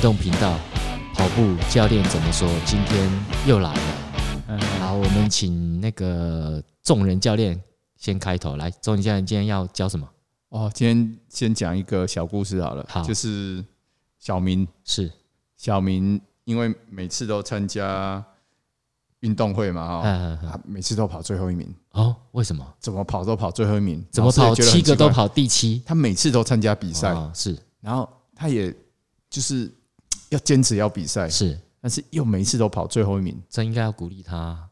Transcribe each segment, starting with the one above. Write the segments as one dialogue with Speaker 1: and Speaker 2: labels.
Speaker 1: 动频道，跑步教练怎么说？今天又来了。
Speaker 2: 嗯，
Speaker 1: 好，我们请那个众人教练先开头来。众人教练今天要教什么？
Speaker 2: 哦，今天先讲一个小故事好了，
Speaker 1: 好
Speaker 2: 就是小明，
Speaker 1: 是，
Speaker 2: 小明因为每次都参加运动会嘛，哈、
Speaker 1: 嗯、嗯嗯
Speaker 2: 啊，每次都跑最后一名，
Speaker 1: 哦，为什么？
Speaker 2: 怎么跑都跑最后一名，
Speaker 1: 怎么
Speaker 2: 老师也
Speaker 1: 跑
Speaker 2: 觉得
Speaker 1: 七
Speaker 2: 很
Speaker 1: 个
Speaker 2: 奇怪
Speaker 1: 都，跑第七？
Speaker 2: 他每次都参加比赛，
Speaker 1: 哦是
Speaker 2: 然后他也就是嘖要坚持要比赛，
Speaker 1: 是，
Speaker 2: 但是又每一次都跑最后一名，
Speaker 1: 这应该要鼓励他。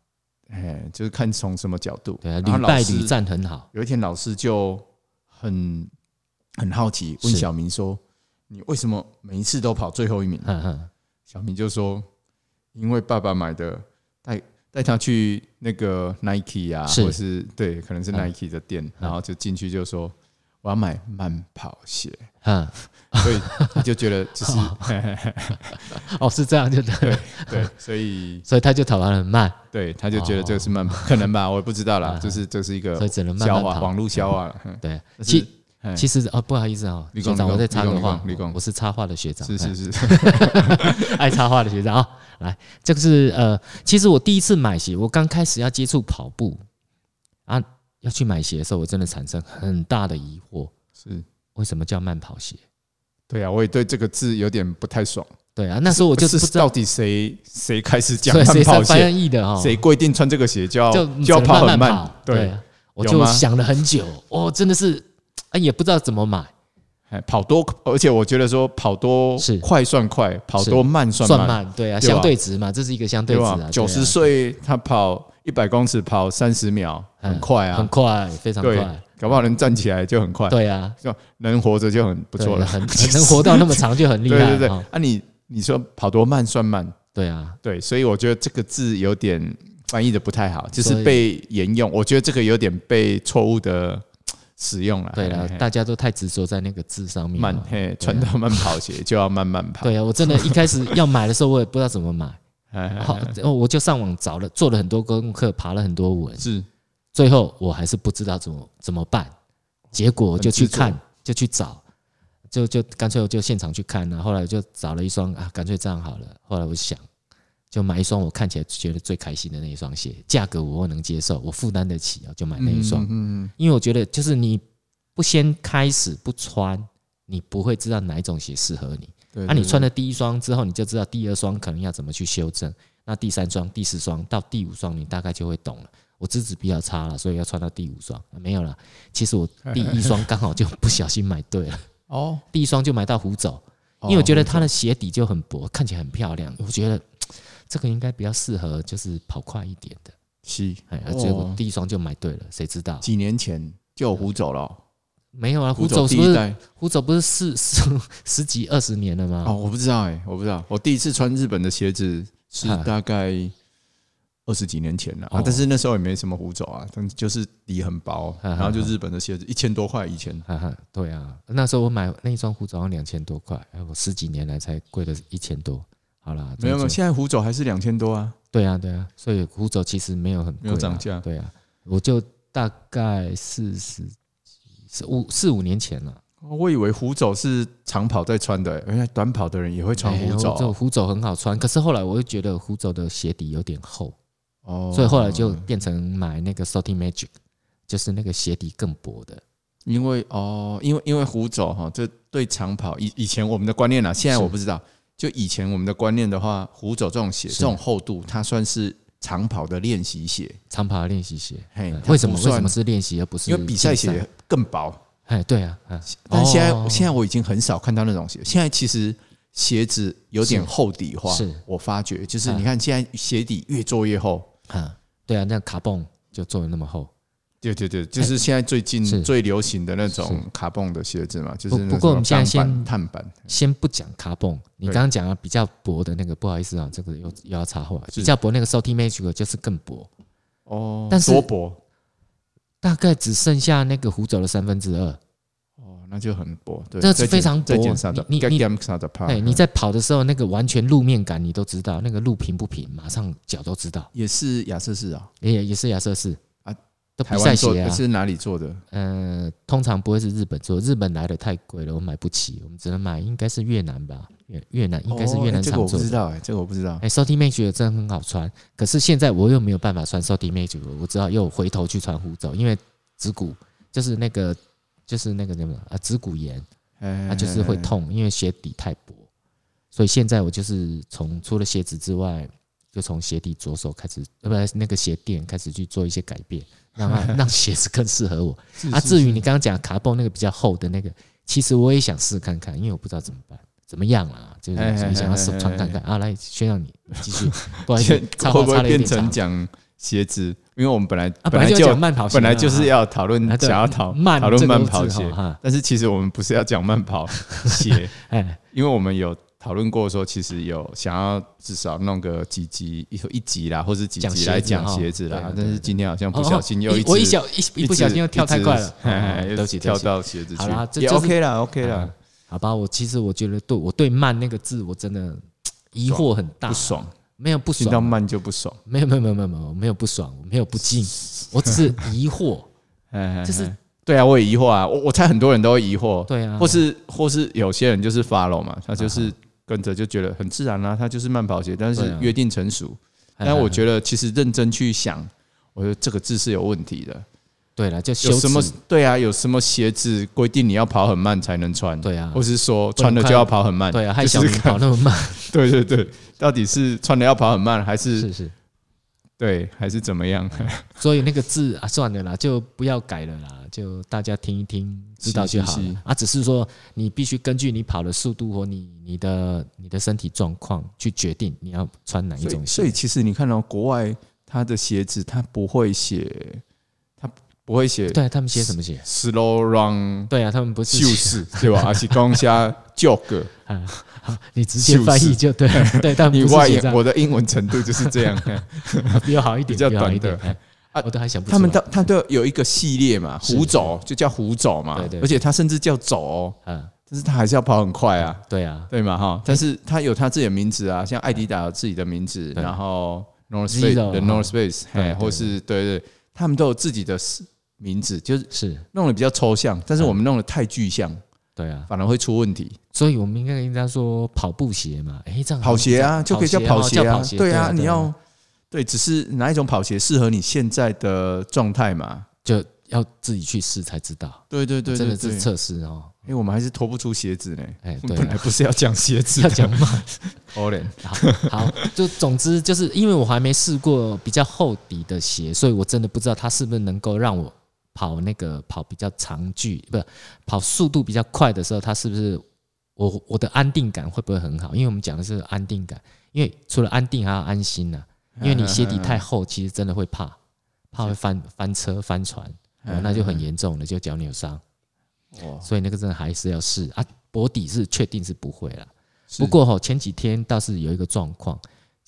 Speaker 2: 哎，就是看从什么角度，
Speaker 1: 对啊，
Speaker 2: 然后
Speaker 1: 屡
Speaker 2: 老
Speaker 1: 败
Speaker 2: 师
Speaker 1: 屡战很好。
Speaker 2: 有一天老师就很很好奇，问
Speaker 1: 是
Speaker 2: 小明说：“你为什么每一次都跑最后一名
Speaker 1: 嗯嗯，？”
Speaker 2: 小明就说：“因为爸爸买的，带带他去那个 Nike 啊，
Speaker 1: 是
Speaker 2: 或是对，可能是
Speaker 1: 嗯
Speaker 2: Nike 的店，然后就进去就说我要买慢跑鞋，
Speaker 1: 嗯，
Speaker 2: 所以他就觉得就是
Speaker 1: 哦，是这样就对了，
Speaker 2: 对，所以
Speaker 1: 所以他就跑得很慢，
Speaker 2: 对，他就觉得这个是慢跑，可能吧，我也不知道啦，
Speaker 1: 哦嗯
Speaker 2: 就是这是一
Speaker 1: 所以
Speaker 2: 个
Speaker 1: 只能慢
Speaker 2: 笑
Speaker 1: 慢
Speaker 2: 话，
Speaker 1: 跑
Speaker 2: 网。络笑话了。嗯
Speaker 1: 对，
Speaker 2: 但是
Speaker 1: 其
Speaker 2: 哎
Speaker 1: 其实哦，不好意思哦，
Speaker 2: 立功
Speaker 1: 学长，
Speaker 2: 立功
Speaker 1: 我再插个
Speaker 2: 立功
Speaker 1: 话
Speaker 2: 立功立，功
Speaker 1: 我是插画的学长，
Speaker 2: 是
Speaker 1: 哎
Speaker 2: 是是，
Speaker 1: 爱插画的学长啊、来，这个是呃，其实我第一次买鞋，我刚开始要接触跑步啊，要去买鞋的时候，我真的产生很大的疑惑，
Speaker 2: 是，
Speaker 1: 为什么叫慢跑鞋？
Speaker 2: 对啊，我也对这个字有点不太爽。
Speaker 1: 对啊，那时候我就不
Speaker 2: 是
Speaker 1: 知
Speaker 2: 到
Speaker 1: 道，
Speaker 2: 底谁谁开始讲
Speaker 1: 对，
Speaker 2: 慢
Speaker 1: 谁
Speaker 2: 跑
Speaker 1: 是翻
Speaker 2: 鞋，
Speaker 1: 译的哦，
Speaker 2: 谁规定穿这个鞋就要
Speaker 1: 就
Speaker 2: 就要
Speaker 1: 只能
Speaker 2: 跑很
Speaker 1: 慢跑，对
Speaker 2: 对，
Speaker 1: 啊，我
Speaker 2: 有
Speaker 1: 就
Speaker 2: 吗
Speaker 1: 想了很久，哦，真的是，啊，也不知道怎么买，
Speaker 2: 哎跑多，而且我觉得说跑多
Speaker 1: 是
Speaker 2: 快算快，跑多慢算
Speaker 1: 算
Speaker 2: 慢，
Speaker 1: 慢，对啊，
Speaker 2: 对吧
Speaker 1: 相对值嘛，这是一个相对
Speaker 2: 对
Speaker 1: 值啊
Speaker 2: 吧，？九十
Speaker 1: 对啊
Speaker 2: 岁他跑一百公尺跑三十秒，
Speaker 1: 嗯
Speaker 2: 很快
Speaker 1: 很
Speaker 2: 啊，
Speaker 1: 快，非常
Speaker 2: 对
Speaker 1: 快，，
Speaker 2: 搞不好能站起来就很快，
Speaker 1: 对啊，
Speaker 2: 就能活着就很
Speaker 1: 不
Speaker 2: 不错了，
Speaker 1: 很 很能活到那么长就很
Speaker 2: 对
Speaker 1: 厉害，
Speaker 2: 对对，
Speaker 1: 哦
Speaker 2: 啊你你说跑多慢算慢，
Speaker 1: 对啊，
Speaker 2: 对，所以我觉得这个字有点翻译的不太好，就
Speaker 1: 所以
Speaker 2: 是被沿用。我觉得这个有点被错误的使用了。
Speaker 1: 对了
Speaker 2: 哎嘿，嘿
Speaker 1: 大家都太执着在那个字上面
Speaker 2: 慢
Speaker 1: 了。
Speaker 2: 嘿，穿到慢跑鞋就要慢慢跑。
Speaker 1: 啊对啊，我真的一开始要买的时候，我也不知道怎么 买，
Speaker 2: 嘿，嘿
Speaker 1: 好，哦我就上网找了，做了很多功课，爬了很多文，
Speaker 2: 是
Speaker 1: 最后我还是不知道怎么怎么办，结果我就去看，就去找，就就干脆我就现场去看然后后来我就找了一双啊，干脆这样好了。后来我想，就买一双我看起来觉得最开心的那一双鞋，价格我又能接受，我负担得起啊，就买那一双。
Speaker 2: 嗯，嗯
Speaker 1: 因为我觉得就是你不先开始不穿，你不会知道哪一种鞋适合你。
Speaker 2: 对。
Speaker 1: 啊那、你穿
Speaker 2: 的
Speaker 1: 了第一双之后，你就知道第二双可能要怎么去修正。那第三双、第四双到第五双，你大概就会懂了。我资质比较差了，所以要穿到第五双、啊没有了。其实我第一双刚好就不小心买对了，
Speaker 2: 哦，
Speaker 1: 第一双就买到虎走，因为我觉得
Speaker 2: 哦
Speaker 1: 它的鞋底就很薄，看起来很漂亮。我觉得嘖这个应该比较适合就是跑快一点的。
Speaker 2: 是
Speaker 1: 哎，
Speaker 2: 哦
Speaker 1: 结果第一双就买对了，谁知道？
Speaker 2: 几年前就有胡走了哦，
Speaker 1: 没有啊，虎走
Speaker 2: 走
Speaker 1: 是
Speaker 2: 第
Speaker 1: 不
Speaker 2: 一
Speaker 1: 是
Speaker 2: 代
Speaker 1: 胡走不是四 十十几二十年了吗？
Speaker 2: 哦，我不知道哎，我不知道，我第一次穿日本的鞋子是
Speaker 1: 嗯
Speaker 2: 大概。二十几年前了啊
Speaker 1: 哦，
Speaker 2: 但是那时候也没什么胡走啊，但就是底很薄，
Speaker 1: 嗯嗯
Speaker 2: 然后就
Speaker 1: 嗯
Speaker 2: 日本的鞋子一千多块以前，
Speaker 1: 哈哈，对啊，那时候我买那一双胡总要两千多块，哎，我十几年来才贵了一千多。好啦，
Speaker 2: 没有没
Speaker 1: 这就
Speaker 2: 有，现在胡走还是两千多啊。
Speaker 1: 对啊对啊，所以胡总其实没有很贵啊
Speaker 2: 没有涨价
Speaker 1: 对啊，我就大概四十几、四五四五年前了。
Speaker 2: 哦我以为胡走是长跑在穿的、原来短跑的人也会穿
Speaker 1: 哎
Speaker 2: 胡走
Speaker 1: 这
Speaker 2: 哦、
Speaker 1: 胡总很好穿，可是后来我又觉得胡总的鞋底有点厚，
Speaker 2: 哦
Speaker 1: 所以后来就变成买那个 Salty Magic，就是那个鞋底更薄的。
Speaker 2: 因为哦，因为因为胡走哈、这对长跑以以前我们的观念啊，现在
Speaker 1: 是
Speaker 2: 我不知道。就以前我们的观念的话，胡走这种鞋，
Speaker 1: 是
Speaker 2: 这种厚度，它算是长跑的练习鞋。
Speaker 1: 长跑的练习鞋，
Speaker 2: 嘿
Speaker 1: 嗯，
Speaker 2: 它
Speaker 1: 为什么
Speaker 2: 不
Speaker 1: 为
Speaker 2: 算
Speaker 1: 什么是练习而不是
Speaker 2: 因为比赛
Speaker 1: 竞
Speaker 2: 鞋？更薄，
Speaker 1: 哎，对啊，嗯
Speaker 2: 但现在、
Speaker 1: 哦
Speaker 2: 现在我已经很少看到那种鞋。现在其实鞋子有点
Speaker 1: 是
Speaker 2: 厚底化，
Speaker 1: 是
Speaker 2: 我发觉，就是
Speaker 1: 嗯
Speaker 2: 你看现在鞋底越做越厚，
Speaker 1: 啊，对啊，那卡泵就做的那么厚。
Speaker 2: 对对对，就是现在最近
Speaker 1: 哎是
Speaker 2: 最流行的那种卡蹦的鞋子嘛，就是那
Speaker 1: 不不过我们
Speaker 2: 什么
Speaker 1: 现在
Speaker 2: 钢板
Speaker 1: 先
Speaker 2: 碳板，
Speaker 1: 先不讲卡泵，你
Speaker 2: 嗯对
Speaker 1: 刚刚讲了比较薄的那个，不好意思啊，这个又又要插话。
Speaker 2: 是
Speaker 1: 比较薄那个 Salty Magic 就是更薄，
Speaker 2: 哦，
Speaker 1: 但是
Speaker 2: 多薄
Speaker 1: 大概只剩下那个胡走的三分之二。
Speaker 2: 哦，那就很薄，对，
Speaker 1: 这是非常薄
Speaker 2: 再减三的，
Speaker 1: 你你你
Speaker 2: 减三的帕，
Speaker 1: 哎，你在跑的时候，那个完全路面感你都知道，那个路平不平，马上脚都知道。
Speaker 2: 也是亚瑟士啊，
Speaker 1: 也也是亚瑟士，都比
Speaker 2: 台
Speaker 1: 赛
Speaker 2: 湾做
Speaker 1: 鞋
Speaker 2: 的
Speaker 1: 啊，
Speaker 2: 是哪里做的？
Speaker 1: 呃，通常不会是日本做，日本来的太贵了，我买不起，我们只能买应该是越南吧，越越南应该是
Speaker 2: 哦
Speaker 1: 越
Speaker 2: 哎
Speaker 1: 南
Speaker 2: 这个
Speaker 1: 厂
Speaker 2: 我
Speaker 1: 做
Speaker 2: 不知
Speaker 1: 的。
Speaker 2: 道哎，这个我不知道。
Speaker 1: 哎 s o t y Mage 也真的很好穿，可是现在我又没有办法穿 s o t y Mage，我只好又回头去穿虎走，因为指骨就是那个就是那个叫什么啊，指骨炎，
Speaker 2: 哎
Speaker 1: 它啊就是会。痛，因为鞋底太薄，所以现在我就是从除了鞋子之外，就从鞋底着手开始，呃，不是那个鞋垫开始去做一些改变，让它 让鞋子更适合我。啊，至于你刚刚讲卡蹦那个比较厚的那个，其实我也想试看看，因为我不知道怎么办，怎么样啊？就是
Speaker 2: 哎
Speaker 1: 你想要
Speaker 2: 哎
Speaker 1: 试
Speaker 2: 哎
Speaker 1: 穿看看啊，来炫耀你，你继 续，不好意思
Speaker 2: 现，
Speaker 1: 插
Speaker 2: 会
Speaker 1: 话
Speaker 2: 不
Speaker 1: 插
Speaker 2: 会
Speaker 1: 了一
Speaker 2: 变
Speaker 1: 点
Speaker 2: 成
Speaker 1: 长。
Speaker 2: 讲鞋子？因为我们本来
Speaker 1: 啊，
Speaker 2: 本
Speaker 1: 本来就
Speaker 2: 就
Speaker 1: 讲慢跑鞋啊，
Speaker 2: 本来就是
Speaker 1: 啊
Speaker 2: 要讨论
Speaker 1: 啊对
Speaker 2: 想要讨
Speaker 1: 慢
Speaker 2: 讨论
Speaker 1: 这个
Speaker 2: 慢
Speaker 1: 字
Speaker 2: 跑
Speaker 1: 哈
Speaker 2: 鞋，
Speaker 1: 哈，
Speaker 2: 但是其实我们不是要讲慢跑 鞋，
Speaker 1: 哎，
Speaker 2: 因为我们有讨论过说，其实有想要至少弄个几集一一集啦，或是几
Speaker 1: 讲
Speaker 2: 集
Speaker 1: 鞋
Speaker 2: 来
Speaker 1: 子
Speaker 2: 讲
Speaker 1: 哈
Speaker 2: 鞋子
Speaker 1: 对
Speaker 2: 啦
Speaker 1: 对。
Speaker 2: 但是今天好像不
Speaker 1: 哦
Speaker 2: 小心又
Speaker 1: 一
Speaker 2: 直
Speaker 1: 我一小一一不小
Speaker 2: 直
Speaker 1: 心又跳太
Speaker 2: 一直
Speaker 1: 快了，
Speaker 2: 哎哎
Speaker 1: 哦
Speaker 2: 又
Speaker 1: 对不起，对
Speaker 2: 跳
Speaker 1: 不起
Speaker 2: 到鞋子去。
Speaker 1: 好啦这
Speaker 2: 也
Speaker 1: 就是
Speaker 2: OK 啦，OK 啦
Speaker 1: 啊，好吧，我其实我觉得对我对“慢”那个字，我真的疑惑很大，
Speaker 2: 不爽，
Speaker 1: 没有不
Speaker 2: 听到
Speaker 1: 爽，
Speaker 2: 慢就不爽。
Speaker 1: 没有没有没有没有没有没有不爽，我没有不敬，我只是疑 惑，
Speaker 2: 哎，
Speaker 1: 就是
Speaker 2: 哎对啊，我也疑惑啊，我我猜很多人都会疑惑，
Speaker 1: 对啊，
Speaker 2: 或是或是有些人就是 follow 嘛，他就是跟着就觉得很自然啦、他就是慢跑鞋，但
Speaker 1: 对
Speaker 2: 是
Speaker 1: 啊哎
Speaker 2: 约定成熟。但我觉得其实认真去想，我觉得这个字是有问题的。
Speaker 1: 对了，就羞
Speaker 2: 有什么
Speaker 1: 耻
Speaker 2: 对啊？有什么鞋子规定你要跑很慢才能穿？
Speaker 1: 对啊
Speaker 2: 或是说穿了就要跑很慢？
Speaker 1: 对啊，害
Speaker 2: 就
Speaker 1: 小
Speaker 2: 是
Speaker 1: 明跑那么慢，
Speaker 2: 对对对，到底是穿了要跑很慢，还是
Speaker 1: 是哎是，
Speaker 2: 对，还是怎么样？
Speaker 1: 所以那个字啊，算了啦，就不要改了啦，就大家听一听，知道就好
Speaker 2: 是是是
Speaker 1: 了啊。只是说你必须根据你跑的速度和你你的你的身体状况去决定你要穿哪一
Speaker 2: 所
Speaker 1: 种
Speaker 2: 以，所以
Speaker 1: 鞋。
Speaker 2: 其实你看到、国外它的鞋子，它不会写，它不会写
Speaker 1: 对啊，他们写什么鞋？
Speaker 2: slow run
Speaker 1: 对啊，他们不是
Speaker 2: 就 是 对吧？而且讲一下 jog，
Speaker 1: 啊，好，你直接翻译就对了，对，但不
Speaker 2: 你
Speaker 1: 是
Speaker 2: 外
Speaker 1: 写这样
Speaker 2: 我的英文程度就是这 样。哎
Speaker 1: 比较好一点，
Speaker 2: 比较
Speaker 1: 好
Speaker 2: 短
Speaker 1: 一点
Speaker 2: 的。
Speaker 1: 哎
Speaker 2: 啊
Speaker 1: 我都还想不出来
Speaker 2: 他们都他都有一个系列嘛，
Speaker 1: 是
Speaker 2: 虎走就叫虎走嘛
Speaker 1: 对对，对
Speaker 2: 而且他甚至叫走哦，
Speaker 1: 啊，
Speaker 2: 但是他还是要跑很快啊，
Speaker 1: 对啊
Speaker 2: 对嘛哈？但是他有他自己的名字啊，像艾迪达有自己的名字，
Speaker 1: 对
Speaker 2: 然后 North
Speaker 1: Zero，
Speaker 2: Face 的 North Face，
Speaker 1: 对
Speaker 2: 哎，
Speaker 1: 对
Speaker 2: 或是对对，他们都有自己的名字，就是
Speaker 1: 是，
Speaker 2: 弄得比较抽象，但是
Speaker 1: 嗯
Speaker 2: 我们弄得太具象，
Speaker 1: 对啊，
Speaker 2: 反而会出问题。
Speaker 1: 所以我们应该跟人家说跑步鞋嘛，哎，这样
Speaker 2: 跑鞋啊，
Speaker 1: 好
Speaker 2: 就可以叫
Speaker 1: 跑
Speaker 2: 跑
Speaker 1: 鞋
Speaker 2: 鞋
Speaker 1: 哦叫
Speaker 2: 啊
Speaker 1: 跑，鞋
Speaker 2: 对
Speaker 1: 对啊
Speaker 2: 啊，
Speaker 1: 对啊
Speaker 2: 你要对，只是哪一种跑鞋适合你现在的状态嘛？
Speaker 1: 就要自己去试才知道，
Speaker 2: 对对对，
Speaker 1: 真
Speaker 2: 对
Speaker 1: 的是
Speaker 2: 对
Speaker 1: 测试哦。
Speaker 2: 哎、我们还是脱不出鞋子呢。
Speaker 1: 哎
Speaker 2: 我
Speaker 1: 对
Speaker 2: 们本来不是要讲鞋子
Speaker 1: 要
Speaker 2: 的，
Speaker 1: 讲慢，
Speaker 2: o l
Speaker 1: 好，好，就总之就是因为我还没试过比较厚底的鞋，所以我真的不知道它是不是能够让我跑那个跑比较长距，不跑速度比较快的时候，它是不是我我的安定感会不会很好？因为我们讲的是安定感，因为除了安定还要安心呐、
Speaker 2: 啊
Speaker 1: 因为你鞋底太厚，其实真的会怕，怕会翻翻车、翻船，哦那就
Speaker 2: 啊
Speaker 1: 很严重了，就脚扭伤。
Speaker 2: 哇，
Speaker 1: 所以那个真的还是要试啊，薄底是确定是不会啦。
Speaker 2: 是
Speaker 1: 不过哈、前几天倒是有一个状况，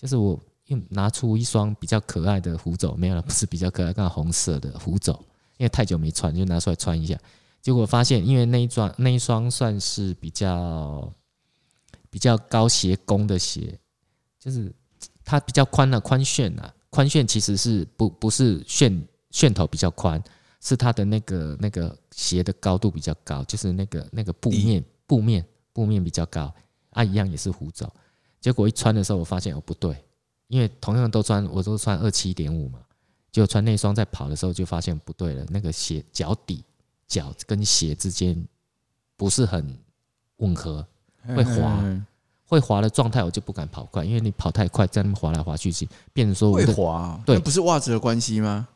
Speaker 1: 就是我又拿出一双比较可爱的虎走，没有了，不是比较可爱，刚好红色的虎走，因为太久没穿，就拿出来穿一下。结果发现，因为那一双那一双算是比较比较高鞋弓的鞋，就是它比较宽啊，宽楦啊，宽楦其实是不不是楦楦头比较宽，是它的那个那个鞋的高度比较高，就是那个那个布
Speaker 2: 底
Speaker 1: 面布面布面比较高，啊，一样也是虎走。结果一穿的时候，我发现哦不对，因为同样都穿，我都穿二七点五嘛，就穿那双在跑的时候就发现不对了，那个鞋脚底脚跟鞋之间不是很吻合，会滑
Speaker 2: 嗯
Speaker 1: 会滑的状态我就不敢跑快，因为你跑太快，在那边滑来滑去是变成说我
Speaker 2: 会
Speaker 1: 的
Speaker 2: 滑哦、
Speaker 1: 对
Speaker 2: 那不是袜子的关系吗？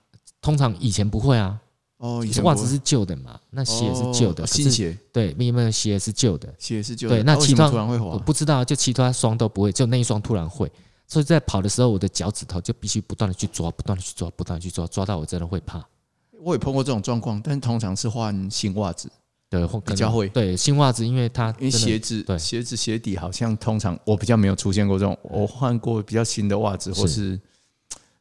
Speaker 1: 通常以前不会啊，
Speaker 2: 哦，
Speaker 1: 以
Speaker 2: 以前
Speaker 1: 前
Speaker 2: 不
Speaker 1: 袜
Speaker 2: 会
Speaker 1: 子是旧的嘛，那鞋也是旧的，
Speaker 2: 哦
Speaker 1: 可是
Speaker 2: 新鞋
Speaker 1: 对，没有鞋是旧的，
Speaker 2: 鞋是旧的，
Speaker 1: 对那
Speaker 2: 为
Speaker 1: 其
Speaker 2: 什么
Speaker 1: 他
Speaker 2: 突然会滑
Speaker 1: 我？不知道啊，就其他双都不会，就那一双突然会，所以在跑的时候，我的脚趾头就必须不断的去抓，不断的去抓，不断的去抓，抓到我真的会怕。
Speaker 2: 我也碰过这种状况，但通常是换新袜子，
Speaker 1: 对，或可能
Speaker 2: 比较会
Speaker 1: 对新袜子，因为它
Speaker 2: 因为
Speaker 1: 真的
Speaker 2: 鞋子
Speaker 1: 对
Speaker 2: 鞋子鞋底好像通常我比较没有出现过这种，我换过比较新的袜子，或
Speaker 1: 是
Speaker 2: 是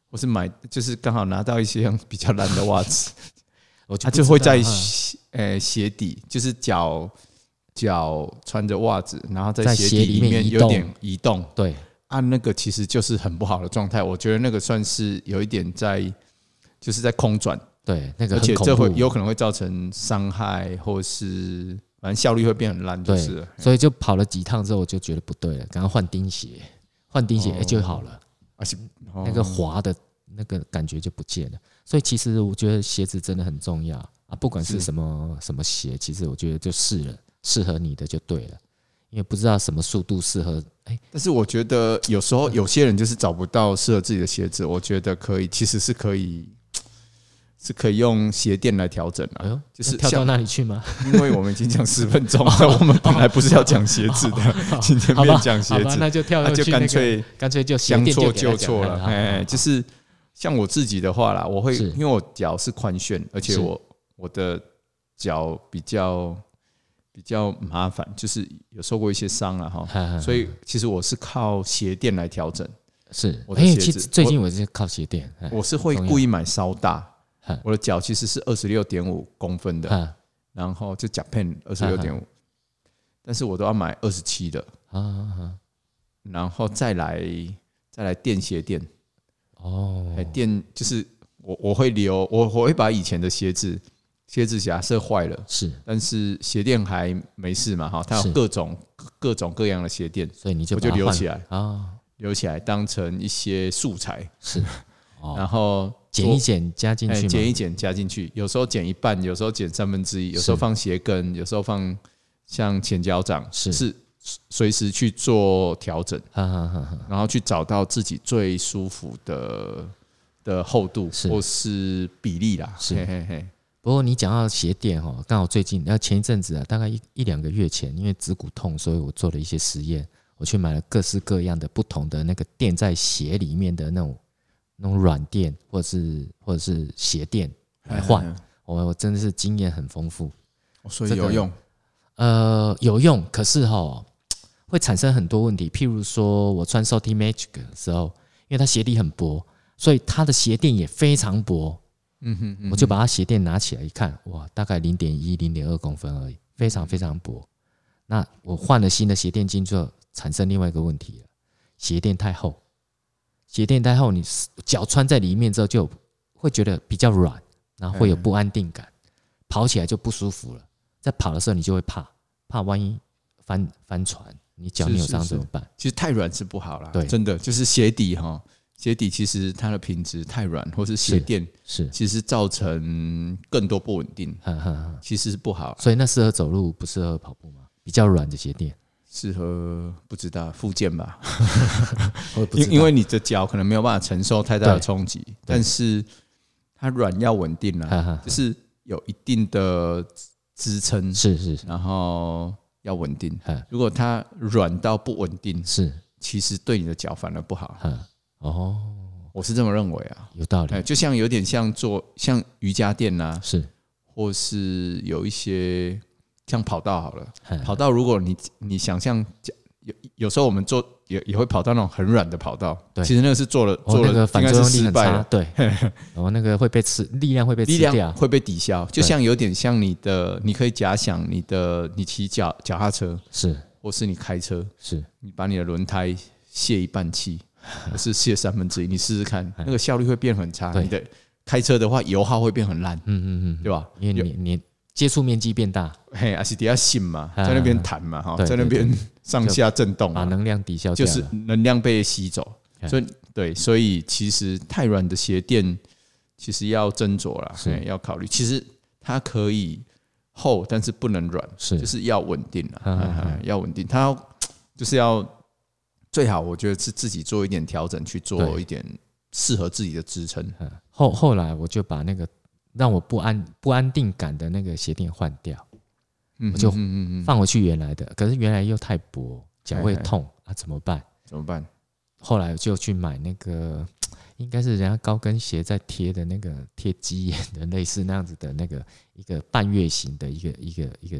Speaker 2: 我是买就是刚好拿到一些比较烂的袜子，
Speaker 1: 我 就
Speaker 2: 它
Speaker 1: 不知
Speaker 2: 就
Speaker 1: 道
Speaker 2: 会在
Speaker 1: 啊
Speaker 2: 鞋呃鞋底，就是脚脚穿着袜子，然后
Speaker 1: 在
Speaker 2: 在
Speaker 1: 鞋
Speaker 2: 底
Speaker 1: 里面
Speaker 2: 面
Speaker 1: 移
Speaker 2: 有
Speaker 1: 动
Speaker 2: 点移动
Speaker 1: 对
Speaker 2: 啊，那个其实就是很不好的状态。我觉得那个算是有一点在，就是在空转，
Speaker 1: 对，那个
Speaker 2: 而且
Speaker 1: 很
Speaker 2: 这
Speaker 1: 恐
Speaker 2: 会
Speaker 1: 怖，
Speaker 2: 有可能会造成伤害，或是反正效率会变很烂，就
Speaker 1: 对
Speaker 2: 是了
Speaker 1: 所以就跑了几趟之后，我就觉得不对了，赶快换钉鞋，换钉鞋哎、
Speaker 2: 哦
Speaker 1: 就好了，
Speaker 2: 而且
Speaker 1: 那个滑的那个感觉就不见了。所以其实我觉得鞋子真的很重要啊，不管是
Speaker 2: 是
Speaker 1: 什么什么鞋，其实我觉得就试了，适合你的就对了，因为不知道什么速度适合哎
Speaker 2: 但是我觉得有时候有些人就是找不到适合自己的鞋子，我觉得可以，其实是可以，是可以用鞋垫来调整
Speaker 1: 哎
Speaker 2: 啊。
Speaker 1: 呦，
Speaker 2: 就是
Speaker 1: 要跳到
Speaker 2: 像
Speaker 1: 那里去 吗？
Speaker 2: 因为我们已经讲十分 钟了，我们本来不是要讲鞋子的，今天
Speaker 1: 好吧
Speaker 2: 变讲
Speaker 1: 好
Speaker 2: 鞋
Speaker 1: 吧，
Speaker 2: 子，
Speaker 1: 那就跳
Speaker 2: 那
Speaker 1: 上去、
Speaker 2: 就
Speaker 1: 那
Speaker 2: 干
Speaker 1: 个
Speaker 2: 脆
Speaker 1: 干脆就鞋
Speaker 2: 将
Speaker 1: 垫
Speaker 2: 错
Speaker 1: 给他
Speaker 2: 就
Speaker 1: 讲
Speaker 2: 错
Speaker 1: 好
Speaker 2: 了。
Speaker 1: 好
Speaker 2: 哎，
Speaker 1: 好
Speaker 2: 就是像我自己的话啦，我会
Speaker 1: 是
Speaker 2: 因为我脚是宽楦，而且
Speaker 1: 是
Speaker 2: 我我的脚比较比较麻烦，就是有受过一些伤了哈。
Speaker 1: 好好
Speaker 2: 所以其实我是靠鞋垫来调整，
Speaker 1: 是，
Speaker 2: 我的
Speaker 1: 哎、
Speaker 2: 鞋
Speaker 1: 其
Speaker 2: 子
Speaker 1: 实最
Speaker 2: 我
Speaker 1: 近我是靠鞋垫，哎
Speaker 2: 我是会
Speaker 1: 同样
Speaker 2: 故意买稍大
Speaker 1: 嗯，
Speaker 2: 我的脚其实是二十六点五公分的，
Speaker 1: 啊
Speaker 2: 然后就甲片二十六
Speaker 1: 嗯
Speaker 2: 点五，但是我都要买二十七的，
Speaker 1: 啊啊
Speaker 2: 然后再来再来垫鞋垫，
Speaker 1: 哦
Speaker 2: 哎，垫就是我我会留我我会把以前的鞋子鞋子假设坏了，
Speaker 1: 是，
Speaker 2: 但是鞋垫还没事嘛哈，它
Speaker 1: 是
Speaker 2: 有各种各种各样的鞋垫，
Speaker 1: 所以你就
Speaker 2: 我
Speaker 1: 把
Speaker 2: 就
Speaker 1: 它
Speaker 2: 留
Speaker 1: 换
Speaker 2: 起来
Speaker 1: 啊，
Speaker 2: 留起来当成一些素材，
Speaker 1: 是哦
Speaker 2: 然后
Speaker 1: 剪一剪加进
Speaker 2: 哎，
Speaker 1: 去
Speaker 2: 剪
Speaker 1: 嘛，
Speaker 2: 一剪加进去，有时候剪一半，有时候剪三分之一，有时候
Speaker 1: 是
Speaker 2: 放鞋跟，有时候放像前脚掌，
Speaker 1: 是
Speaker 2: 是随时去做调整，
Speaker 1: 哈哈哈哈，
Speaker 2: 然后去找到自己最舒服的的厚度
Speaker 1: 是
Speaker 2: 或是比例啦。
Speaker 1: 是
Speaker 2: 嘿嘿嘿，
Speaker 1: 不过你讲到鞋垫哦，刚好最近，那前一阵子啊，大概一一两个月前，因为指骨痛，所以我做了一些实验，我去买了各式各样的不同的那个垫在鞋里面的那种那种软垫，或者是或者是鞋垫来换。
Speaker 2: 嗯，
Speaker 1: 我我真的是经验很丰富，
Speaker 2: 哦所以
Speaker 1: 这个
Speaker 2: 有用
Speaker 1: 呃，有用，可是哈、会产生很多问题。譬如说，我穿 Salty Magic 的时候，因为它鞋底很薄，所以它的鞋垫也非常薄。
Speaker 2: 嗯哼，嗯
Speaker 1: 我就把它鞋垫拿起来一看，哇，大概零点一、零点二公分而已，非常非常薄。那我换了新的鞋垫进去后，产生另外一个问题了，鞋垫太厚，鞋垫太厚，你脚穿在里面之后就会觉得比较软，然后会有不安定感，跑起来就不舒服了。在跑的时候你就会怕，怕万一翻翻船，你脚
Speaker 2: 是
Speaker 1: 扭
Speaker 2: 是
Speaker 1: 伤
Speaker 2: 是
Speaker 1: 怎么办？
Speaker 2: 其实太软是不好啦，
Speaker 1: 对
Speaker 2: 真的就是鞋底哈，鞋底其实它的品质太软，或是鞋
Speaker 1: 是
Speaker 2: 垫
Speaker 1: 是，
Speaker 2: 其实造成更多不稳定，
Speaker 1: 呵呵呵
Speaker 2: 其实是不好啦。
Speaker 1: 所以那适合走路，不适合跑步吗？比较软的鞋垫，
Speaker 2: 适合不知道附件吧，
Speaker 1: 我不知
Speaker 2: 因
Speaker 1: 道
Speaker 2: 因为你的脚可能没有办法承受太大的
Speaker 1: 对啊
Speaker 2: 冲击，但是它软要稳定
Speaker 1: 呵
Speaker 2: 啦，
Speaker 1: 呵
Speaker 2: 就是有一定的支撑，
Speaker 1: 是是是，
Speaker 2: 然后要稳定
Speaker 1: 嗯。
Speaker 2: 如果它软到不稳定，
Speaker 1: 是，
Speaker 2: 其实对你的脚反而不好，
Speaker 1: 嗯，哦，
Speaker 2: 我是这么认为啊。
Speaker 1: 有道
Speaker 2: 哎，
Speaker 1: 理，
Speaker 2: 就像有点像做像瑜伽垫啊啦、
Speaker 1: 是，
Speaker 2: 或是有一些像跑道好了，
Speaker 1: 嗯
Speaker 2: 跑道如果你你想象有有时候我们做也也会跑到那种很软的跑道，
Speaker 1: 对
Speaker 2: 其实那个是做了
Speaker 1: 哦
Speaker 2: 做，
Speaker 1: 那
Speaker 2: 了
Speaker 1: 个
Speaker 2: 应
Speaker 1: 反
Speaker 2: 该
Speaker 1: 作用
Speaker 2: 是
Speaker 1: 力
Speaker 2: 失
Speaker 1: 很
Speaker 2: 败
Speaker 1: 差，
Speaker 2: 了，
Speaker 1: 对， 然后那个会被吃，力量会被
Speaker 2: 力
Speaker 1: 吃
Speaker 2: 量
Speaker 1: 掉，
Speaker 2: 会被抵消，就像有点像你的，你可以假想你的你骑脚脚踏车
Speaker 1: 是
Speaker 2: 或是你开车，
Speaker 1: 是，
Speaker 2: 你把你的轮胎卸一 半气，或是卸三分之一，你试试看，那个效率会变很差，
Speaker 1: 对
Speaker 2: 你的开车的话油耗会变很烂，
Speaker 1: 嗯嗯嗯，
Speaker 2: 对吧？
Speaker 1: 因为你你接触面积变大，
Speaker 2: 嘿，还是底下信嘛，
Speaker 1: 啊
Speaker 2: 在那边弹嘛，哈，
Speaker 1: 对啊
Speaker 2: 在那边 上下震动
Speaker 1: 把
Speaker 2: 嘛，
Speaker 1: 能量抵消
Speaker 2: 嗯就
Speaker 1: 掉
Speaker 2: 是
Speaker 1: 了，
Speaker 2: 能量被吸走，
Speaker 1: 嗯
Speaker 2: 所以对，所以其实太软的鞋垫其实要斟酌啦，
Speaker 1: 是
Speaker 2: 嘿要考虑。其实它可以厚，但是不能软，
Speaker 1: 是
Speaker 2: 就是要稳定啦，
Speaker 1: 嗯
Speaker 2: 哎哎要稳定，它要就是要最好，我觉得是自己做一点调整，去做
Speaker 1: 对
Speaker 2: 一点适合自己的支撑。
Speaker 1: 嗯后后来我就把那个让我不安不安定感的那个鞋垫换掉，
Speaker 2: 嗯
Speaker 1: 我就
Speaker 2: 嗯嗯嗯，
Speaker 1: 放回去原来的，可是原来又太薄，脚会
Speaker 2: 哎哎
Speaker 1: 痛啊，怎么办？
Speaker 2: 怎么办？
Speaker 1: 后来就去买那个，应该是人家高跟鞋在贴的那个贴鸡眼的类似那样子的那个一个半月形的一个一个一个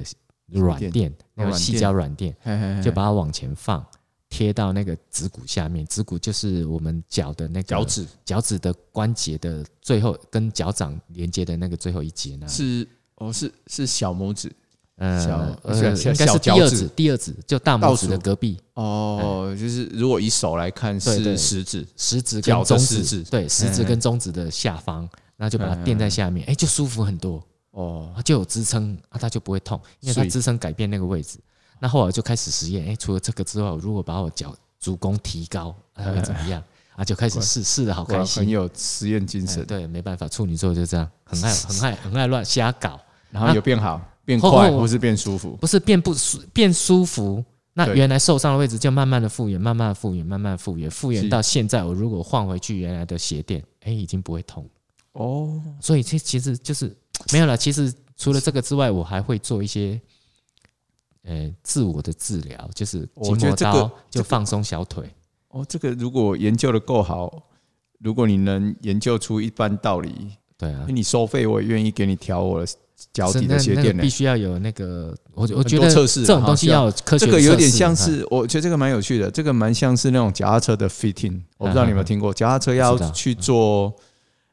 Speaker 1: 软垫，
Speaker 2: 哦
Speaker 1: 那个细胶软垫，
Speaker 2: 嘿嘿嘿
Speaker 1: 就把它往前放，贴到那个指骨下面。指骨就是我们脚的那个
Speaker 2: 脚趾
Speaker 1: 脚趾的关节的最后跟脚掌连接的那个最后一节那里。
Speaker 2: 是哦，是是小拇指，小
Speaker 1: 呃，
Speaker 2: 小
Speaker 1: 呃
Speaker 2: 小
Speaker 1: 应该
Speaker 2: 小
Speaker 1: 是第
Speaker 2: 脚
Speaker 1: 二
Speaker 2: 趾
Speaker 1: 指，第二指就大
Speaker 2: 倒
Speaker 1: 拇指
Speaker 2: 数
Speaker 1: 的隔壁，
Speaker 2: 哦，就是如果以手来看
Speaker 1: 对
Speaker 2: 是
Speaker 1: 对
Speaker 2: 食指，
Speaker 1: 食指
Speaker 2: 脚
Speaker 1: 跟
Speaker 2: 的
Speaker 1: 中
Speaker 2: 食
Speaker 1: 指，
Speaker 2: 指
Speaker 1: 对，食指跟中指的下方，那就把它垫在下面，哎、就舒服很多，
Speaker 2: 哦，
Speaker 1: 它就有支撑，啊，它就不会痛，因为它
Speaker 2: 所以
Speaker 1: 支撑改变那个位置。那后来就开始实验，哎、除了这个之外，我如果把我脚足弓提高，它会怎么样？啊，就开始试，试的好
Speaker 2: 哇
Speaker 1: 开
Speaker 2: 很
Speaker 1: 心。
Speaker 2: 有实验精
Speaker 1: 哎
Speaker 2: 神，
Speaker 1: 对，没办法，处女座就这样，很爱、很爱、很爱乱瞎搞。
Speaker 2: 然后有变好、变
Speaker 1: 后
Speaker 2: 快，
Speaker 1: 后
Speaker 2: 或是变舒服，
Speaker 1: 不是变不舒变舒服，那
Speaker 2: 对
Speaker 1: 原来受伤的位置就慢慢的复原，慢慢的复原，慢慢的复原，复
Speaker 2: 是
Speaker 1: 原到现在，我如果换回去原来的鞋垫，哎、已经不会痛了。
Speaker 2: 哦，
Speaker 1: 所以这其实就是没有了。其实除了这个之外，我还会做一些。呃，自我的治疗就是
Speaker 2: 我
Speaker 1: 筋
Speaker 2: 觉得
Speaker 1: 膜
Speaker 2: 这个
Speaker 1: 刀，就放松小腿。
Speaker 2: 哦，这个如果研究的够好，如果你能研究出一般道理，
Speaker 1: 对啊，
Speaker 2: 你收费我也愿意给你调我的脚
Speaker 1: 是
Speaker 2: 底
Speaker 1: 那
Speaker 2: 的鞋
Speaker 1: 那个
Speaker 2: 垫呢
Speaker 1: 必。须要有那个，我我觉
Speaker 2: 很多
Speaker 1: 得
Speaker 2: 测试啊
Speaker 1: 这种东西
Speaker 2: 是啊
Speaker 1: 要有科学的测试。
Speaker 2: 这个有点像
Speaker 1: 嗯
Speaker 2: 是，我觉得这个蛮有趣的，这个蛮像是那种脚踏车的 fitting，我不知道你有没有听过，脚踏车要
Speaker 1: 知道
Speaker 2: 去做，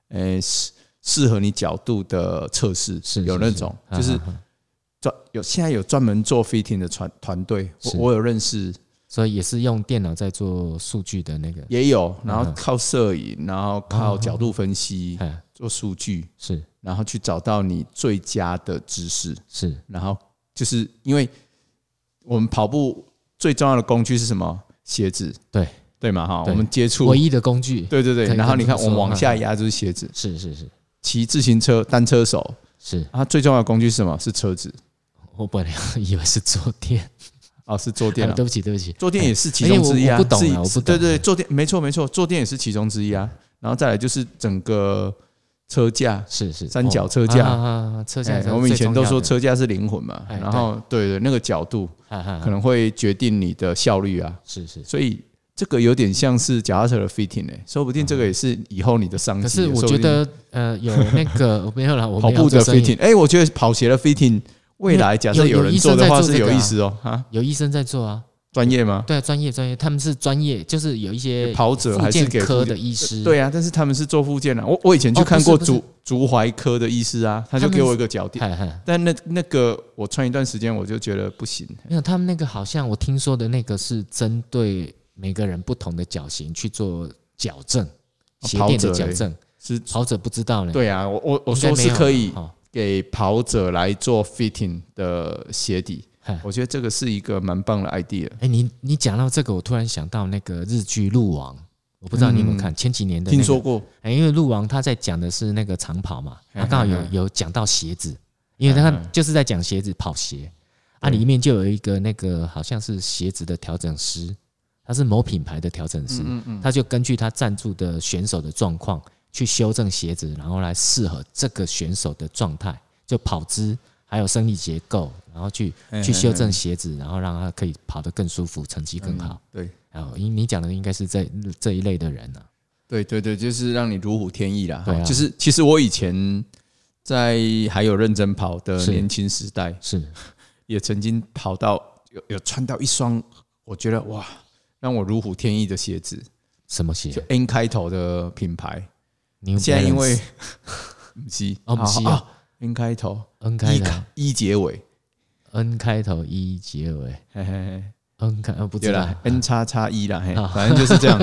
Speaker 2: 诶适适合你角度的测试，
Speaker 1: 是
Speaker 2: 有
Speaker 1: 是
Speaker 2: 那
Speaker 1: 是
Speaker 2: 种
Speaker 1: 嗯
Speaker 2: 就是
Speaker 1: 嗯嗯
Speaker 2: 专有现在有专门做 fitting 的团团队，我
Speaker 1: 是
Speaker 2: 我有认识，
Speaker 1: 所以也是用电脑在做数据的那个，
Speaker 2: 也有，然后
Speaker 1: 嗯
Speaker 2: 靠摄影，然后靠角度分析
Speaker 1: 嗯，
Speaker 2: 做数据，
Speaker 1: 是
Speaker 2: 然后去找到你最佳的姿势，
Speaker 1: 是
Speaker 2: 然后就是因为我们跑步最重要的工具是什么？鞋子，
Speaker 1: 对
Speaker 2: 对嘛哈，
Speaker 1: 对
Speaker 2: 我们接触
Speaker 1: 唯一的工具。
Speaker 2: 对对
Speaker 1: 可
Speaker 2: 对，
Speaker 1: 以
Speaker 2: 然后
Speaker 1: 这么
Speaker 2: 你看，我
Speaker 1: 说
Speaker 2: 们往
Speaker 1: 嗯
Speaker 2: 下压就是鞋子，
Speaker 1: 是是是
Speaker 2: 骑自行车单车手，
Speaker 1: 是，
Speaker 2: 它最重要的工具是什么？是车子
Speaker 1: 我本来 以为是坐 垫，
Speaker 2: 啊，是坐垫
Speaker 1: 啊
Speaker 2: 啊
Speaker 1: 对。不起对不起，
Speaker 2: 坐垫也是其
Speaker 1: 哎
Speaker 2: 中
Speaker 1: 我
Speaker 2: 之一啊，
Speaker 1: 我不懂啊
Speaker 2: 是
Speaker 1: 我不
Speaker 2: 是
Speaker 1: 懂
Speaker 2: 对对，对坐垫没错没错，坐垫也是其中之一啊。然后再来就是整个车架，
Speaker 1: 是是
Speaker 2: 三角
Speaker 1: 哦
Speaker 2: 车架
Speaker 1: 啊啊啊啊车架
Speaker 2: 哎
Speaker 1: 才是最重要的。
Speaker 2: 我们以前都说车架是灵魂嘛，
Speaker 1: 哎
Speaker 2: 然后对对，那个角度
Speaker 1: 哈哈，
Speaker 2: 可能会决定你的效率啊，
Speaker 1: 是是。
Speaker 2: 所以这个有点像是脚踏车的 fitting 哎，说不定这个也是以后你的商机。
Speaker 1: 嗯可是我
Speaker 2: 说不
Speaker 1: 觉
Speaker 2: 定
Speaker 1: 得呃有那个我没有了，我
Speaker 2: 跑
Speaker 1: 没有
Speaker 2: 步的
Speaker 1: 做生意
Speaker 2: fitting，哎、我觉得跑鞋的 fitting 未来假设
Speaker 1: 有
Speaker 2: 有人做的话是有
Speaker 1: 有
Speaker 2: 意
Speaker 1: 医生在做这个啊
Speaker 2: 思哦，啊，
Speaker 1: 有医生在做啊，
Speaker 2: 专业吗？
Speaker 1: 对啊，专业专业，他们是专业，就是有一些
Speaker 2: 跑者
Speaker 1: 复
Speaker 2: 还是
Speaker 1: 健
Speaker 2: 给
Speaker 1: 科
Speaker 2: 附
Speaker 1: 的
Speaker 2: 件
Speaker 1: 医师，
Speaker 2: 对啊，但是他们是做附件的、我我以前
Speaker 1: 嗯
Speaker 2: 去
Speaker 1: 哦
Speaker 2: 看过
Speaker 1: 不是不
Speaker 2: 足
Speaker 1: 是
Speaker 2: 足踝科的医师啊，他
Speaker 1: 他
Speaker 2: 就
Speaker 1: 们
Speaker 2: 给我一个脚垫，
Speaker 1: 嗨，嗨
Speaker 2: 但那那个我穿一段时间我就觉得不行，
Speaker 1: 没有他们那个好像我听说的那个是针对每个人不同的脚型去做矫正，鞋
Speaker 2: 哦跑
Speaker 1: 垫的
Speaker 2: 者
Speaker 1: 矫
Speaker 2: 嘞
Speaker 1: 正，
Speaker 2: 是，
Speaker 1: 跑者不知道呢。
Speaker 2: 对啊，我我
Speaker 1: 哦应
Speaker 2: 我
Speaker 1: 该
Speaker 2: 说
Speaker 1: 没
Speaker 2: 是
Speaker 1: 有
Speaker 2: 可以
Speaker 1: 哦
Speaker 2: 给跑者来做 fitting 的鞋底
Speaker 1: 嗨，
Speaker 2: 我觉得这个是一个蛮棒的 idea。
Speaker 1: 哎、你你讲到这个，我突然想到那个日剧《鹿王》，我不知道你有没有看、前几年的、那
Speaker 2: 嗯听
Speaker 1: 个
Speaker 2: 说过，
Speaker 1: 哎、因为鹿王他在讲的是那个长跑嘛，
Speaker 2: 嗯
Speaker 1: 他刚好有
Speaker 2: 嗯嗯
Speaker 1: 有讲到鞋子，因为他
Speaker 2: 嗯嗯
Speaker 1: 就是在讲鞋子跑鞋啊，
Speaker 2: 对
Speaker 1: 里面就有一个那个好像是鞋子的调整师，他是某品牌的调整师，
Speaker 2: 嗯嗯，
Speaker 1: 他就根据他赞助的选手的状况去修正鞋子，然后来适合这个选手的状态，就跑姿还有生理结构，然后去
Speaker 2: 嗯
Speaker 1: 去修正
Speaker 2: 嗯
Speaker 1: 鞋子，然后让他可以跑得更舒服，成绩更好。
Speaker 2: 对。
Speaker 1: 然后，你你讲的应该是这这一类的人啊，
Speaker 2: 对对对，就是让你如虎添翼啦。
Speaker 1: 对啊
Speaker 2: 就是其实我以前在还有认真跑的
Speaker 1: 是
Speaker 2: 年轻时代，
Speaker 1: 是
Speaker 2: 也曾经跑到有有穿到一双我觉得哇让我如虎添翼的鞋子，
Speaker 1: 什么鞋
Speaker 2: 就？N 开头的品牌。
Speaker 1: New
Speaker 2: 现在因 为
Speaker 1: Balance
Speaker 2: 不是
Speaker 1: 哦不是哦
Speaker 2: N 开头
Speaker 1: N 开
Speaker 2: 一
Speaker 1: 头
Speaker 2: 开一结尾，
Speaker 1: N 开头一结尾
Speaker 2: 嘿嘿嘿，
Speaker 1: ，N 开呃不
Speaker 2: 对
Speaker 1: 知道
Speaker 2: 啦 N 叉叉一啦，嘿
Speaker 1: 啊，
Speaker 2: 反正就是这样。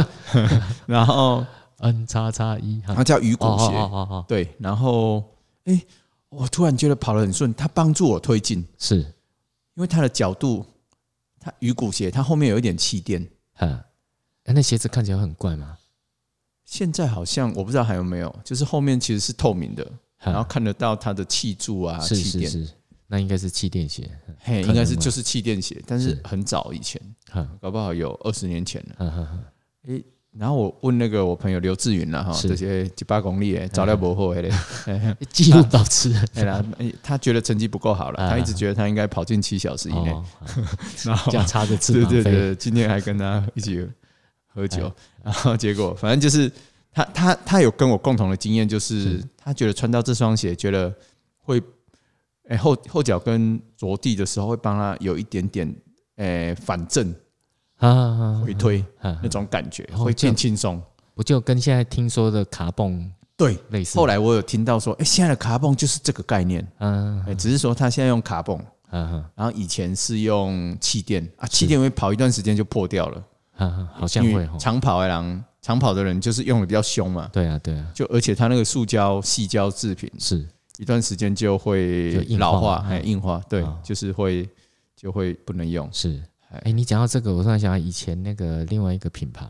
Speaker 2: 然后
Speaker 1: N 叉叉一哈
Speaker 2: 它叫鱼骨
Speaker 1: 哦哦
Speaker 2: 鞋，
Speaker 1: 哦哦哦，
Speaker 2: 对，然后哎、我突然觉得跑得很顺，它帮助我推进。
Speaker 1: 是
Speaker 2: 因为它的角度，它鱼骨鞋它后面有一点气垫。
Speaker 1: 哈、哎那鞋子看起来很怪吗？
Speaker 2: 现在好像我不知道还有没有，就是后面其实是透明的，
Speaker 1: 哈
Speaker 2: 然后看得到它的气柱啊、
Speaker 1: 是
Speaker 2: 气
Speaker 1: 是
Speaker 2: 垫，
Speaker 1: 是，那应该是气垫鞋，
Speaker 2: 嘿，
Speaker 1: 可
Speaker 2: 应
Speaker 1: 能
Speaker 2: 该是
Speaker 1: 吧
Speaker 2: 就是气垫鞋，但是
Speaker 1: 是
Speaker 2: 很早以前，
Speaker 1: 哈
Speaker 2: 搞不好有二十年前了。
Speaker 1: 哈哈哈，
Speaker 2: 然后我问那个我朋友刘志云了哈，
Speaker 1: 是
Speaker 2: 这些几八公里诶，早料不后嘞，嗯
Speaker 1: 记录保持 人
Speaker 2: 哎啦，哎他觉得成绩不够好了，
Speaker 1: 啊
Speaker 2: 他一直觉得他应该跑进七小时以内，
Speaker 1: 哦，好
Speaker 2: 然后
Speaker 1: 这样 插着翅
Speaker 2: 对
Speaker 1: 膀
Speaker 2: 对
Speaker 1: 飞，哎
Speaker 2: 对，今天还跟他一起喝酒，然后结果反正就是他他他有跟我共同的经验，就是他觉得穿到这双鞋，觉得会，哎、后后脚跟着地的时候会帮他有一点点，哎、反正
Speaker 1: 啊
Speaker 2: 回推
Speaker 1: 啊
Speaker 2: 那，种感觉，
Speaker 1: 哦
Speaker 2: 会
Speaker 1: 这样
Speaker 2: 变轻松。
Speaker 1: 不就跟现在听说的卡蹦
Speaker 2: 对，
Speaker 1: 类似？
Speaker 2: 后来我有听到说，哎、现在的卡泵就是这个概念，
Speaker 1: 嗯
Speaker 2: 哎、只是说他现在用卡泵，
Speaker 1: 嗯哼
Speaker 2: 然后以前是用气垫啊，气垫会跑一段时间就破掉了，
Speaker 1: 嗯哼，好像
Speaker 2: 因
Speaker 1: 会
Speaker 2: 为
Speaker 1: 哦。
Speaker 2: 长跑的狼，长跑的人就是用的比较凶嘛，
Speaker 1: 对啊，对啊，
Speaker 2: 就而且它那个塑胶细胶制品，
Speaker 1: 是
Speaker 2: 一段时间就会
Speaker 1: 就硬化
Speaker 2: 老化，
Speaker 1: 嗯
Speaker 2: 还硬化，对
Speaker 1: 哦，
Speaker 2: 就是会就会不能用。
Speaker 1: 是。
Speaker 2: 哎
Speaker 1: 哎，你讲到这个，我突然想到以前那个另外一个品牌，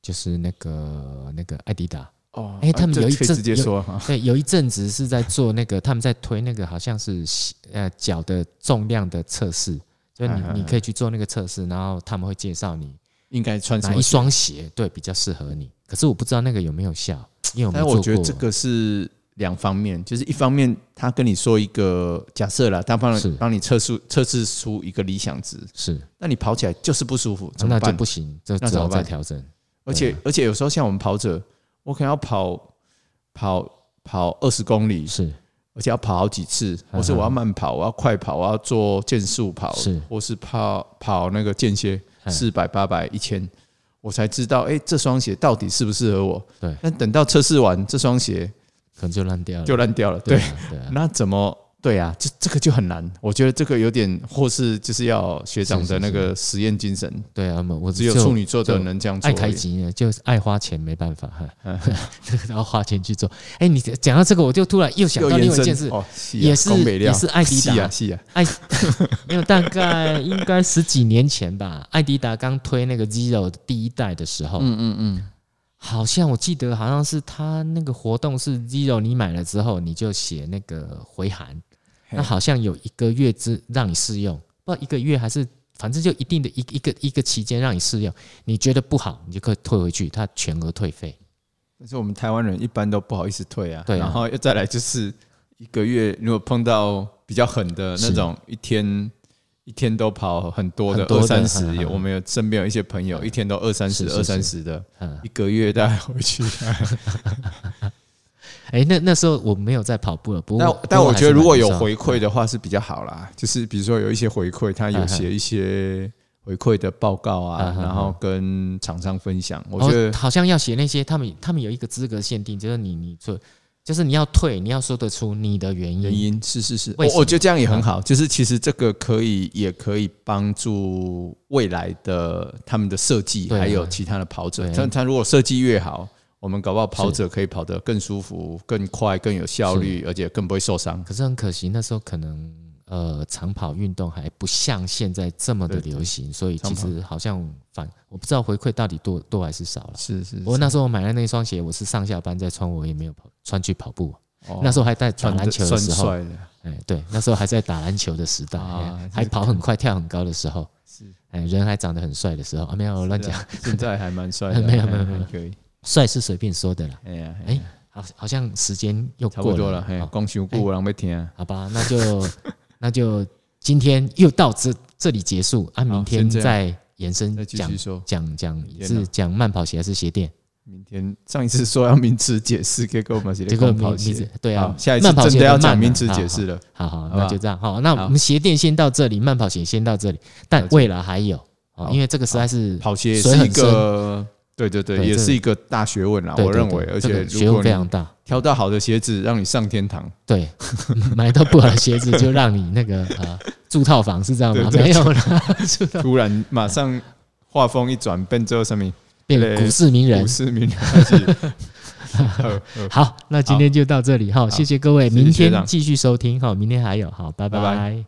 Speaker 1: 就是那个那个艾迪达，
Speaker 2: 哦
Speaker 1: 哎他们有一
Speaker 2: 可以
Speaker 1: 阵
Speaker 2: 直接
Speaker 1: 有
Speaker 2: 说啊哈，
Speaker 1: 对，有一阵子是在做那个，他们在推那个好像是呃脚的重量的测试，就你
Speaker 2: 嗯嗯嗯
Speaker 1: 你可以去做那个测试，然后他们会介绍你
Speaker 2: 应该穿什
Speaker 1: 哪
Speaker 2: 么
Speaker 1: 一？双鞋对比较适合你。可是我不知道那个有没有效，因为我没
Speaker 2: 但
Speaker 1: 做
Speaker 2: 我
Speaker 1: 过。
Speaker 2: 觉得这个是两方面，就是一方面他跟你说一个假设啦，他帮
Speaker 1: 是
Speaker 2: 你帮你测出测试出一个理想值，
Speaker 1: 是
Speaker 2: 那你跑起来就是不舒服，怎么
Speaker 1: 啊那就
Speaker 2: 办
Speaker 1: 不？行，就
Speaker 2: 那
Speaker 1: 只
Speaker 2: 怎
Speaker 1: 好
Speaker 2: 么
Speaker 1: 再
Speaker 2: 办
Speaker 1: 调整。
Speaker 2: 而且而且有时候像我们跑者，我可能要跑跑跑二十公里，
Speaker 1: 是
Speaker 2: 而且要跑好几次，
Speaker 1: 嗯
Speaker 2: 或是我要慢跑，我要快跑，我要做健速跑，
Speaker 1: 是
Speaker 2: 或是跑跑那个间歇
Speaker 1: 嗯
Speaker 2: 四百、八百、一千，我才知道，哎、这双鞋到底适不适合我。
Speaker 1: 对
Speaker 2: 那等到测试完，这双鞋
Speaker 1: 可能就烂掉了。
Speaker 2: 就烂掉了。对
Speaker 1: 对，啊对啊，
Speaker 2: 那怎么？对啊，这这个就很难。我觉得这个有点，或是就是要学长的那个实验精神，
Speaker 1: 对啊，我我
Speaker 2: 只有
Speaker 1: 就
Speaker 2: 处女座的能这样做
Speaker 1: 爱
Speaker 2: 而已。
Speaker 1: 开机呢，就是爱花钱，没办法哈， 然后花钱去做。哎，你讲到这个，我就突然又想
Speaker 2: 又
Speaker 1: 到
Speaker 2: 延
Speaker 1: 另外一
Speaker 2: 伸
Speaker 1: 件事，
Speaker 2: 哦，是啊
Speaker 1: 也是
Speaker 2: 宫北料
Speaker 1: 也是艾迪达
Speaker 2: 是啊，是啊，
Speaker 1: 艾 没有，大概应该十几年前吧，艾迪达刚推那个 Zero 的第一代的时候，
Speaker 2: 嗯嗯嗯，
Speaker 1: 好像我记得好像是他那个活动是 Zero，你买了之后你就写那个回函，
Speaker 2: 嘿
Speaker 1: 那好像有一个月之让你试用，不知道一个月还是反正就一定的一一个一个期间让你试用，你觉得不好你就可以退回去，他全额退费。
Speaker 2: 但是我们台湾人一般都不好意思退啊，
Speaker 1: 对啊
Speaker 2: 然后又再来就是一个月，如果碰到比较狠的那
Speaker 1: 是
Speaker 2: 种，一天一天都跑很多的
Speaker 1: 很多
Speaker 2: 二
Speaker 1: 的
Speaker 2: 三
Speaker 1: 嗯
Speaker 2: 十，
Speaker 1: 嗯
Speaker 2: 有
Speaker 1: 嗯
Speaker 2: 我们有身边有一些朋友一天都二三十、
Speaker 1: 是是
Speaker 2: 二三十的，
Speaker 1: 嗯，
Speaker 2: 一个月大概回去。
Speaker 1: 哎、那那时候我没有在跑步了， 不过
Speaker 2: 但
Speaker 1: 不
Speaker 2: 但
Speaker 1: 过
Speaker 2: 我
Speaker 1: 还是
Speaker 2: 觉得如果
Speaker 1: 蛮
Speaker 2: 有
Speaker 1: 受
Speaker 2: 回馈的话是比较好啦，就是比如说有一些回馈，他有写一些回馈的报告啊
Speaker 1: 嗯，嗯
Speaker 2: 然后跟厂商分享，我
Speaker 1: 哦
Speaker 2: 觉得
Speaker 1: 好像要写那些，他们他们有一个资格限定，就是你你做，就是你要退，你要说得出你的原因。
Speaker 2: 原因是是是，我
Speaker 1: 为什么嗯
Speaker 2: 我觉得这样也很好，就是其实这个可以也可以帮助未来的他们的设计，
Speaker 1: 对啊
Speaker 2: 还有其他的跑者
Speaker 1: 对，啊
Speaker 2: 他他如果设计越好。我们搞不好跑者可以跑得更舒服、更快、更有效率，而且更不会受伤。
Speaker 1: 可是很可惜，那时候可能呃长跑运动还不像现在这么的流行，所以其实好像反我不知道回馈到底多多还是少了。
Speaker 2: 是是，
Speaker 1: 不过那时候我买了那双鞋，我是上下班在穿，我也没有跑穿去跑步。
Speaker 2: 哦
Speaker 1: 那时候还在打
Speaker 2: 穿
Speaker 1: 篮
Speaker 2: 得
Speaker 1: 球的
Speaker 2: 算
Speaker 1: 时候，
Speaker 2: 帅的，
Speaker 1: 哎，对，那时候还在打篮球的时代，
Speaker 2: 啊
Speaker 1: 哎
Speaker 2: 这
Speaker 1: 还
Speaker 2: 个
Speaker 1: 跑很快、跳很高的时候，哎，人还长得很帅的时候啊，没有我乱讲，
Speaker 2: 现在还蛮帅的， 哎
Speaker 1: 没有没有
Speaker 2: 还
Speaker 1: 没有
Speaker 2: 可以。
Speaker 1: 帅是随便说的啦。
Speaker 2: 哎呀，
Speaker 1: 哎、好，好像时间又
Speaker 2: 差
Speaker 1: 过
Speaker 2: 不多了，哎嘿，
Speaker 1: 好
Speaker 2: 讲修久人要啊听。
Speaker 1: 好吧，那就 那就今天又到这这里结束啊，明天
Speaker 2: 先这样
Speaker 1: 再延伸
Speaker 2: 再继
Speaker 1: 哎讲
Speaker 2: 续说，
Speaker 1: 讲讲
Speaker 2: 天
Speaker 1: 是
Speaker 2: 啊
Speaker 1: 讲慢跑鞋还是鞋垫？
Speaker 2: 明天上一次说要名词解释，结果我们直接
Speaker 1: 这个
Speaker 2: 讲
Speaker 1: 名
Speaker 2: 跑
Speaker 1: 名
Speaker 2: 鞋
Speaker 1: 字。对啊
Speaker 2: 好，，下一次
Speaker 1: 慢跑
Speaker 2: 真
Speaker 1: 鞋
Speaker 2: 的要
Speaker 1: 慢啊
Speaker 2: 讲名词解释。了。
Speaker 1: 好好好，
Speaker 2: 好
Speaker 1: 好
Speaker 2: 吧
Speaker 1: 那就这样好，那
Speaker 2: 好
Speaker 1: 我们鞋垫先到这里，慢跑鞋先到这里，但
Speaker 2: 了解
Speaker 1: 未来还有哦，
Speaker 2: 好
Speaker 1: 因为这个实在是
Speaker 2: 跑鞋
Speaker 1: 水
Speaker 2: 是一
Speaker 1: 很深
Speaker 2: 个，对对对，
Speaker 1: 对
Speaker 2: 也
Speaker 1: 这
Speaker 2: 是一个大学问啦，
Speaker 1: 对
Speaker 2: 我
Speaker 1: 对
Speaker 2: 认
Speaker 1: 对
Speaker 2: 为。而
Speaker 1: 这
Speaker 2: 且
Speaker 1: 个学问
Speaker 2: 如果
Speaker 1: 非
Speaker 2: 你
Speaker 1: 常大。
Speaker 2: 挑到好的鞋子，让你上天 堂，
Speaker 1: 对，买到不好的鞋子就让你那个呃住套房是这样吗？
Speaker 2: 对对
Speaker 1: 没有啦，住套
Speaker 2: 突然马上画风一转，变做什么
Speaker 1: 变股市名人
Speaker 2: 股。市名人 还是？ 好好
Speaker 1: 好，那今天就到这里哈，谢谢各位，
Speaker 2: 谢谢
Speaker 1: 明
Speaker 2: 学
Speaker 1: 天
Speaker 2: 长
Speaker 1: 继续收听哈，明天还有好，
Speaker 2: 拜
Speaker 1: 拜拜